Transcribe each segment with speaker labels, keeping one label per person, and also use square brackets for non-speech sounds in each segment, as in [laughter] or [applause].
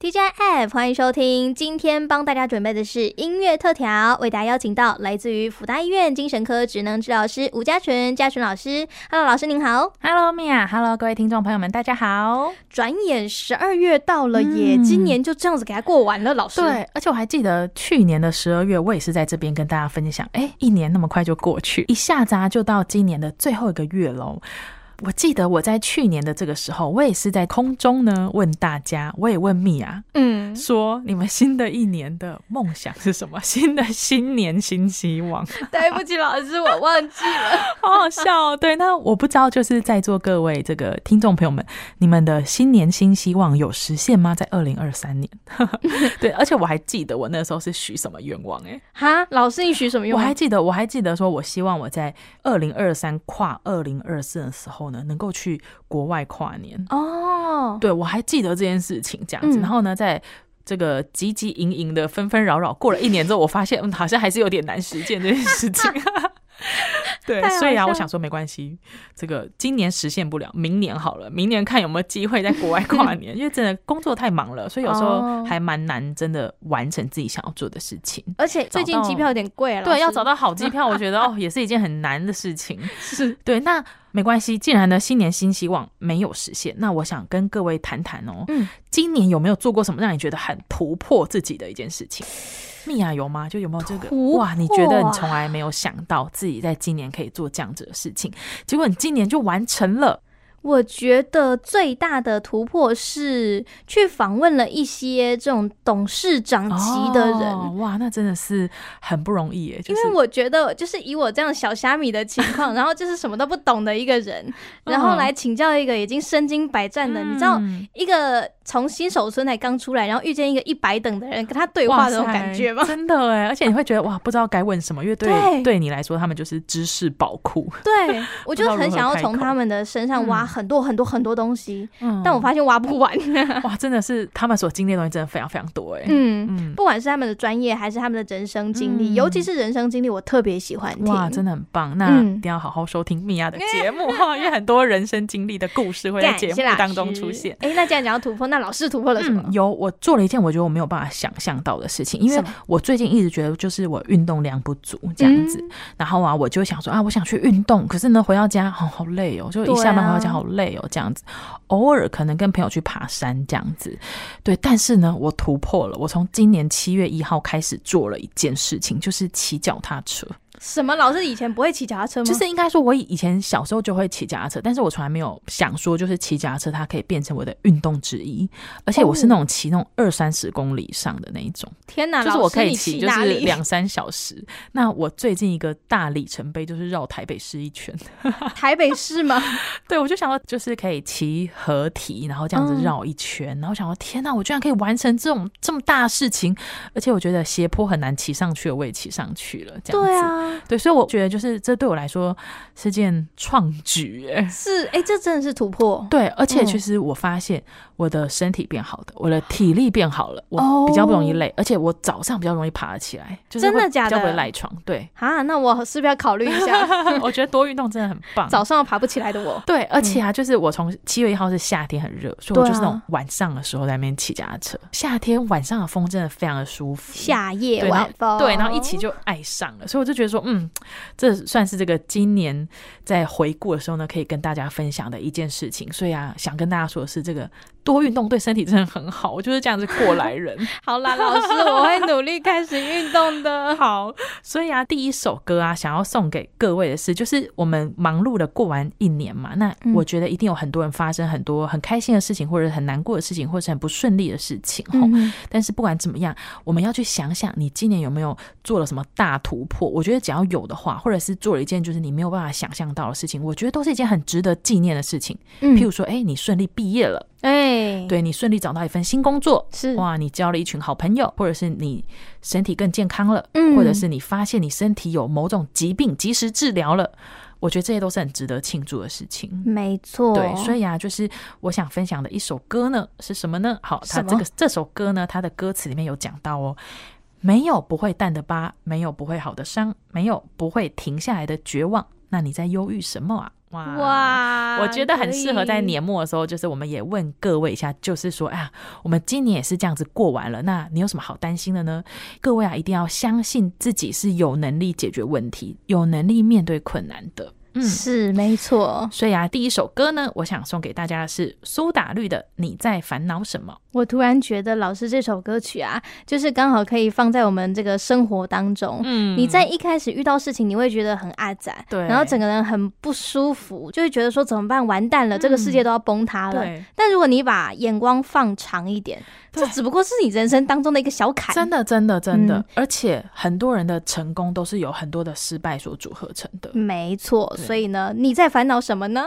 Speaker 1: DJ App，欢迎收听。今天帮大家准备的是音乐特调，为大家邀请到来自于辅大医院精神科职能治疗师吴家纯，家纯老师。Hello，老师您好。
Speaker 2: Hello Mia，Hello 各位听众朋友们，大家好。
Speaker 1: 转眼十二月到了耶，
Speaker 2: 嗯
Speaker 1: 今年就这样子给它过完了，老师。
Speaker 2: 对，而且我还记得去年的十二月，我也是在这边跟大家分享，哎，一年那么快就过去，一下子啊就到今年的最后一个月喽。我记得我在去年的这个时候，我也是在空中呢问大家，我也问蜜啊，
Speaker 1: 嗯，
Speaker 2: 说你们新的一年的梦想是什么？新的新年新希望，
Speaker 1: 对不起，老师，我忘记了。
Speaker 2: [laughs] 好好笑、哦。对，那我不知道，就是在座各位这个听众朋友们，你们的新年新希望有实现吗？在二零二三年， [laughs] 对，而且我还记得我那时候是许什么愿望、欸，
Speaker 1: [laughs] 哈，老师，你许什么愿
Speaker 2: 我
Speaker 1: 望？
Speaker 2: 还记得，我还记得，说我希望我在二零二三跨二零二四的时候呢，能够去国外跨年。
Speaker 1: 哦，
Speaker 2: 对，我还记得这件事情，这样子。
Speaker 1: 嗯
Speaker 2: 然后呢，在这个急急营营的纷纷扰扰过了一年之后，我发现嗯，好像还是有点难实践这件事情。 [laughs] 对
Speaker 1: 太好，
Speaker 2: 所以啊，
Speaker 1: 笑
Speaker 2: 我想说没关系，这个今年实现不了，明年好了，明年看有没有机会在国外跨年，因为真的工作太忙了，所以有时
Speaker 1: 哦
Speaker 2: 候还蛮难真的完成自己想要做的事情。
Speaker 1: 而且最近
Speaker 2: 找到
Speaker 1: 机票有点贵了，老
Speaker 2: 对，
Speaker 1: 师
Speaker 2: 要找到好机票，我觉
Speaker 1: [laughs]
Speaker 2: 得哦，也是一件很难的事情。
Speaker 1: 是
Speaker 2: 对，那没关系，既然呢新年新希望没有实现，那我想跟各位谈谈哦，
Speaker 1: 嗯
Speaker 2: 今年有没有做过什么让你觉得很突破自己的一件事情？蜜雅有吗？就有没有这个
Speaker 1: 突破啊
Speaker 2: 哇？你觉得你从来没有想到自己在今年可以做这样子的事情，结果你今年就完成了。
Speaker 1: 我觉得最大的突破是去访问了一些这种董事长级的人。
Speaker 2: 哦哇，那真的是很不容易耶，就
Speaker 1: 因
Speaker 2: 是
Speaker 1: 为我觉得，就是以我这样小虾米的情况，
Speaker 2: [laughs]
Speaker 1: 然后就是什么都不懂的一个人，然后来请教一个已经身经百战的，你知道，
Speaker 2: 嗯
Speaker 1: 一个从新手村才刚出来，然后遇见一个一百等的人，跟他对话的那种
Speaker 2: 哇塞
Speaker 1: 感觉
Speaker 2: [laughs]
Speaker 1: 吗？
Speaker 2: 真的哎，而且你会觉得哇，不知道该问什么，因为对
Speaker 1: [laughs] 对
Speaker 2: 对你来说，他们就是知识宝库。
Speaker 1: 对，我就
Speaker 2: 不知道如何
Speaker 1: 很想要
Speaker 2: 开口
Speaker 1: 从他们的身上挖
Speaker 2: 嗯
Speaker 1: 很多很多很多东西，
Speaker 2: 嗯
Speaker 1: 但我发现挖不
Speaker 2: [laughs]
Speaker 1: 完。
Speaker 2: 哇，真的是他们所经历的东西真的非常非常多哎。
Speaker 1: 嗯，
Speaker 2: 嗯，
Speaker 1: 不管是他们的专业还是他们的人生经历，
Speaker 2: 嗯
Speaker 1: 尤其是人生经历，我特别喜欢听。
Speaker 2: 哇，真的很棒！那
Speaker 1: 嗯
Speaker 2: 一定要好好收听米娅的
Speaker 1: [laughs]
Speaker 2: 节目哈，因为很多人生经历的故事会在
Speaker 1: 感
Speaker 2: 节
Speaker 1: 谢
Speaker 2: 目
Speaker 1: 老师
Speaker 2: 当中出现。。
Speaker 1: 哎、那既然讲到突破，那老师突破了什么？
Speaker 2: 嗯，有我做了一件我觉得我没有办法想象到的事情，因
Speaker 1: 什
Speaker 2: 为
Speaker 1: 么
Speaker 2: 我最近一直觉得就是我运动量不足这样
Speaker 1: 嗯
Speaker 2: 子，然后啊我就想说啊我想去运动，可是呢回到家好好累哦，就一下班
Speaker 1: 对啊
Speaker 2: 回到家好累哦这样子，偶尔可能跟朋友去爬山这样子，对，但是呢我突破了，我从今年七月一号开始做了一件事情，就是骑脚踏车。
Speaker 1: 什么？老师以前不会骑脚踏车吗？
Speaker 2: 就是应该说，我以以前小时候就会骑脚踏车，但是我从来没有想说，就是骑脚踏车它可以变成我的运动之一。而且我
Speaker 1: 哦
Speaker 2: 是那种骑那种二三十公里以上的那一种，
Speaker 1: 天哪，
Speaker 2: 就是
Speaker 1: 老
Speaker 2: 我
Speaker 1: 师
Speaker 2: 可以
Speaker 1: 你
Speaker 2: 骑
Speaker 1: 骑
Speaker 2: 就
Speaker 1: 哪
Speaker 2: 是
Speaker 1: 里？ [laughs]
Speaker 2: 两三小时。那我最近一个大里程碑就是绕台北市一圈， [laughs]
Speaker 1: 台北市吗？
Speaker 2: 对我就想要就是可以骑合体，然后这样子
Speaker 1: 嗯
Speaker 2: 绕一圈，然后想说天哪，我居然可以完成这种这么大的事情，而且我觉得斜坡很难骑上去，我也骑上去了，这样子。
Speaker 1: 对啊，
Speaker 2: [laughs] 对，所以我觉得就是这对我来说是件创举、
Speaker 1: [laughs]
Speaker 2: 欸，
Speaker 1: 是哎、这真的是突破。
Speaker 2: 对，而且
Speaker 1: 嗯
Speaker 2: 其实我发现我的身体变好的，我的体力变好了，我比较不容易累，而且我早上比较容易爬得起来，就是
Speaker 1: 真的
Speaker 2: 会
Speaker 1: 假
Speaker 2: 比较不会
Speaker 1: 的，
Speaker 2: 赖床。 [laughs] 对
Speaker 1: 啊，那我是不是要考虑一
Speaker 2: [laughs]
Speaker 1: 下？
Speaker 2: 我觉得多运动真的很棒。
Speaker 1: 早上爬不起来的我，
Speaker 2: 对，而且啊，就是我从七月一号是夏天很热，所以我
Speaker 1: 对
Speaker 2: 就是那种
Speaker 1: 啊
Speaker 2: 晚上的时候在那边骑脚踏车。夏天晚上的风真的非常的舒服，
Speaker 1: 夏夜
Speaker 2: 对然后
Speaker 1: 晚风，
Speaker 2: 对，然后一起就爱上了，所以我就觉得说，嗯，这算是这个今年在回顾的时候呢，可以跟大家分享的一件事情。所以啊，想跟大家说的是，这个多运动对身体真的很好，我就是这样子过
Speaker 1: [laughs]
Speaker 2: 来人。
Speaker 1: 好啦，老师，我会努力开始运动的。
Speaker 2: [laughs] 好，所以啊，第一首歌啊，想要送给各位的是，就是我们忙碌的过完一年嘛，那
Speaker 1: 嗯
Speaker 2: 我觉得一定有很多人发生很多很开心的事情，或者很难过的事情，或者很不顺利的事情。吼
Speaker 1: 嗯
Speaker 2: 但是不管怎么样，我们要去想想你今年有没有做了什么大突破。我觉得只要有的话，或者是做了一件就是你没有办法想象到的事情，我觉得都是一件很值得纪念的事情。
Speaker 1: 嗯
Speaker 2: 譬如说，哎、你顺利毕业了，
Speaker 1: 哎，，
Speaker 2: 对你顺利找到一份新工作，
Speaker 1: 是
Speaker 2: 哇，你交了一群好朋友，或者是你身体更健康了，
Speaker 1: 嗯
Speaker 2: 或者是你发现你身体有某种疾病，及时治疗了。我觉得这些都是很值得庆祝的事情。
Speaker 1: 没错，
Speaker 2: 对，所
Speaker 1: 以
Speaker 2: 以啊，就是我想分享的一首歌呢，是什么呢？好，它
Speaker 1: 什么
Speaker 2: 这个这首歌呢，它的歌词里面有讲到哦，没有不会淡的疤，没有不会好的伤，没有不会停下来的绝望。那你在忧郁什么啊？哇
Speaker 1: 哇，
Speaker 2: 我觉得很适合在
Speaker 1: 可以
Speaker 2: 年末的时候，就是我们也问各位一下，就是说啊，我们今年也是这样子过完了，那你有什么好担心的呢？各位啊，一定要相信自己是有能力解决问题，有能力面对困难的。嗯，
Speaker 1: 是没错。
Speaker 2: 所以啊，第一首歌呢，我想送给大家的是苏打绿的《你在烦恼什么
Speaker 1: 我突然觉得老师这首歌曲啊，就是刚好可以放在我们这个生活当中》。。
Speaker 2: 嗯
Speaker 1: 哦你在一开始遇到事情，你会觉得很阿展，
Speaker 2: 对
Speaker 1: 然后整个人很不舒服，就会觉得说怎么办，完蛋了，这个世界都要崩塌了。
Speaker 2: 嗯对，
Speaker 1: 但如果你把眼光放长一点，
Speaker 2: 对
Speaker 1: 这只不过是你人生当中的一个小坎。
Speaker 2: 真的，真的，真的，
Speaker 1: 嗯
Speaker 2: 而且很多人的成功都是有很多的失败所组合成的。
Speaker 1: 没错，
Speaker 2: 对
Speaker 1: 所以呢，你在烦恼什么呢？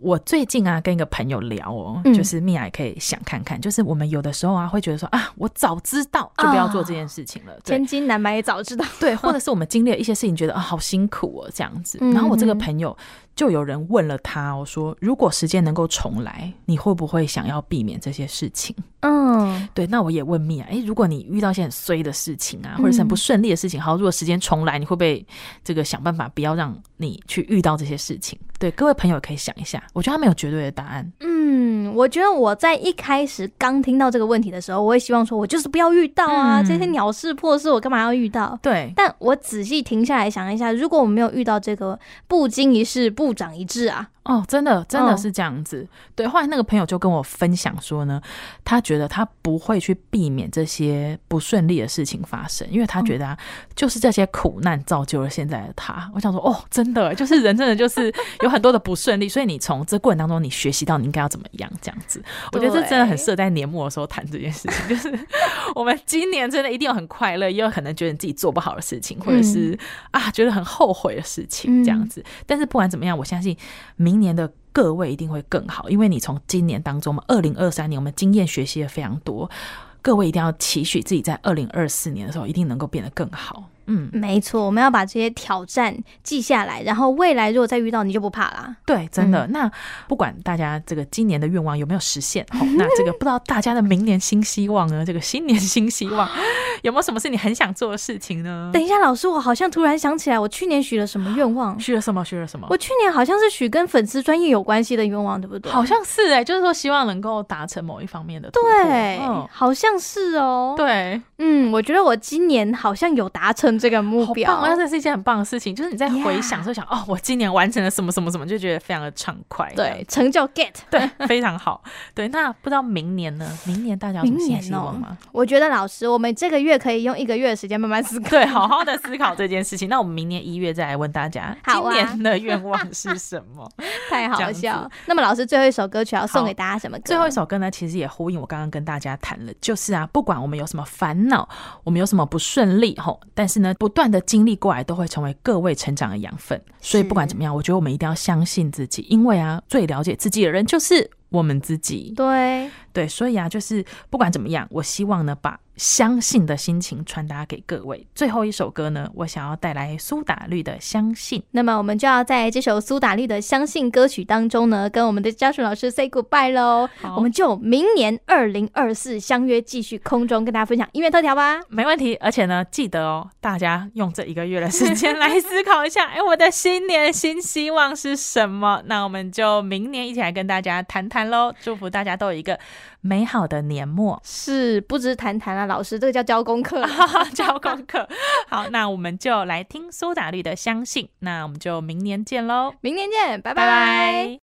Speaker 2: 我最近啊，跟一个朋友聊哦，
Speaker 1: 嗯
Speaker 2: 就是蜜雅也可以想看看，就是我们有的时候啊，会觉得说啊，我早知道就不要做这件事情了，对
Speaker 1: 千金难买早知道。
Speaker 2: 对，或者是我们经历了一些事情，觉得啊好辛苦哦这样子。
Speaker 1: 嗯
Speaker 2: 然后我这个
Speaker 1: 嗯
Speaker 2: 朋友就有人问了他哦，说如果时间能够重来，你会不会想要避免这些事情？
Speaker 1: 嗯，
Speaker 2: 对，那我也问蜜啊，诶，如果你遇到一些很衰的事情啊，或者是很不
Speaker 1: 嗯
Speaker 2: 顺利的事情，好，如果时间重来，你会不会这个想办法不要让你去遇到这些事情？对，各位朋友也可以想一下，我觉得他没有绝对的答案。
Speaker 1: [laughs] 嗯，我觉得我在一开始刚听到这个问题的时候，我也希望说，我就是不要遇到啊，
Speaker 2: 嗯
Speaker 1: 这些鸟事破事，我干嘛要遇到？
Speaker 2: 对，
Speaker 1: 但我仔细停下来想一下，如果我没有遇到这个“不经一事不长一智”啊，
Speaker 2: 哦，真的，真的
Speaker 1: 哦
Speaker 2: 是这样子。对，后来那个朋友就跟我分享说呢，他觉得他不会去避免这些不顺利的事情发生，因为他觉得、啊就是这些苦难造就了现在的他。我想说，哦，真的，就是人真的就是有很多的不顺利，所以你从这过程当中，你学习到你应该要怎么样这样子。我觉得这真的很适合在年末的时候谈这件事情，就是我们今年真的一定有很快乐，也有可能觉得你自己做不好的事情，或者是、啊觉得很后悔的事情这样
Speaker 1: 嗯
Speaker 2: 子。但是不管怎么样，我相信明年的各位一定会更好，因为你从今年当中，我们二零二三年我们经验学习了非常多，各位一定要期许自己在二零二四年的时候一定能够变得更好。嗯，
Speaker 1: 没错，我们要把这些挑战记下来，然后未来如果再遇到，你就不怕啦。
Speaker 2: 对，真的。那不管大家这个今年的愿望有没有实 [laughs] 现，好，那这个不知道大家的明年新希望呢？这个新年新希望有没有什么是你很想做的事情呢？
Speaker 1: 等一下，老师，我好像突然想起来，我去年许了什么愿望？
Speaker 2: 许了什么？许了什么？
Speaker 1: 我去年好像是许跟粉丝专业有关系的愿望，对不对？
Speaker 2: 好像是哎、就是说希望能够达成某一方面的突破
Speaker 1: 对，
Speaker 2: 嗯
Speaker 1: 好像是哦。，
Speaker 2: 对，
Speaker 1: 嗯，我觉得我今年好像有达成这个目
Speaker 2: 好
Speaker 1: 标。
Speaker 2: 棒！啊那这是一件很棒的事情，就是你在
Speaker 1: Yeah
Speaker 2: 回想，就想哦，我今年完成了什么什么什么，就觉得非常的畅快。
Speaker 1: 对，成就 get。
Speaker 2: 对， [laughs] 非常好。对，那不知道明年呢？明年大家有什么
Speaker 1: 明
Speaker 2: 新
Speaker 1: 年
Speaker 2: 希望
Speaker 1: 哦
Speaker 2: 吗？
Speaker 1: 我觉得老师，我们这个月可以用一个月的时间慢慢思考。
Speaker 2: 对，好好的思考这件事情。那我们明年一月再来问大家，
Speaker 1: 好
Speaker 2: 今
Speaker 1: 啊
Speaker 2: 年的愿望是什么？
Speaker 1: [laughs] 太
Speaker 2: 这
Speaker 1: 好
Speaker 2: 样
Speaker 1: 笑
Speaker 2: 子
Speaker 1: 了。那么老师最后一首歌曲要送
Speaker 2: 好
Speaker 1: 给大家什么歌？
Speaker 2: 最后一首歌呢，其实也呼应我刚刚跟大家谈了，就是啊，不管我们有什么烦恼，我们有什么不顺利，吼，但是呢，不断的经历过来，都会成为各位成长的养分。所以不管怎么样，我觉得我们一定要相信自己，因为啊，最了解自己的人就是我们自己。
Speaker 1: 对，
Speaker 2: 对，所以啊，就是不管怎么样，我希望呢，把相信的心情传达给各位。最后一首歌呢，我想要带来苏打绿的《相信》。
Speaker 1: 那么我们就要在这首苏打绿的《相信》歌曲当中呢，跟我们的家属老师 say goodbye 喽。
Speaker 2: 好
Speaker 1: 我们就明年二零二四相约继续空中跟大家分享音乐特调吧。，
Speaker 2: 没问题，而且呢，记得哦，大家用这一个月的时间来思考一下，哎，我的新年新希望是什么？那我们就明年一起来跟大家谈谈喽，祝福大家都有一个美好的年末 [laughs]
Speaker 1: 是，不知谈谈啊，老师，这个叫交功课啊。
Speaker 2: 交功课。好，那我们就来听苏打绿的《相信》，那我们就明年见喽，
Speaker 1: 明年见，拜
Speaker 2: 拜
Speaker 1: 拜
Speaker 2: 拜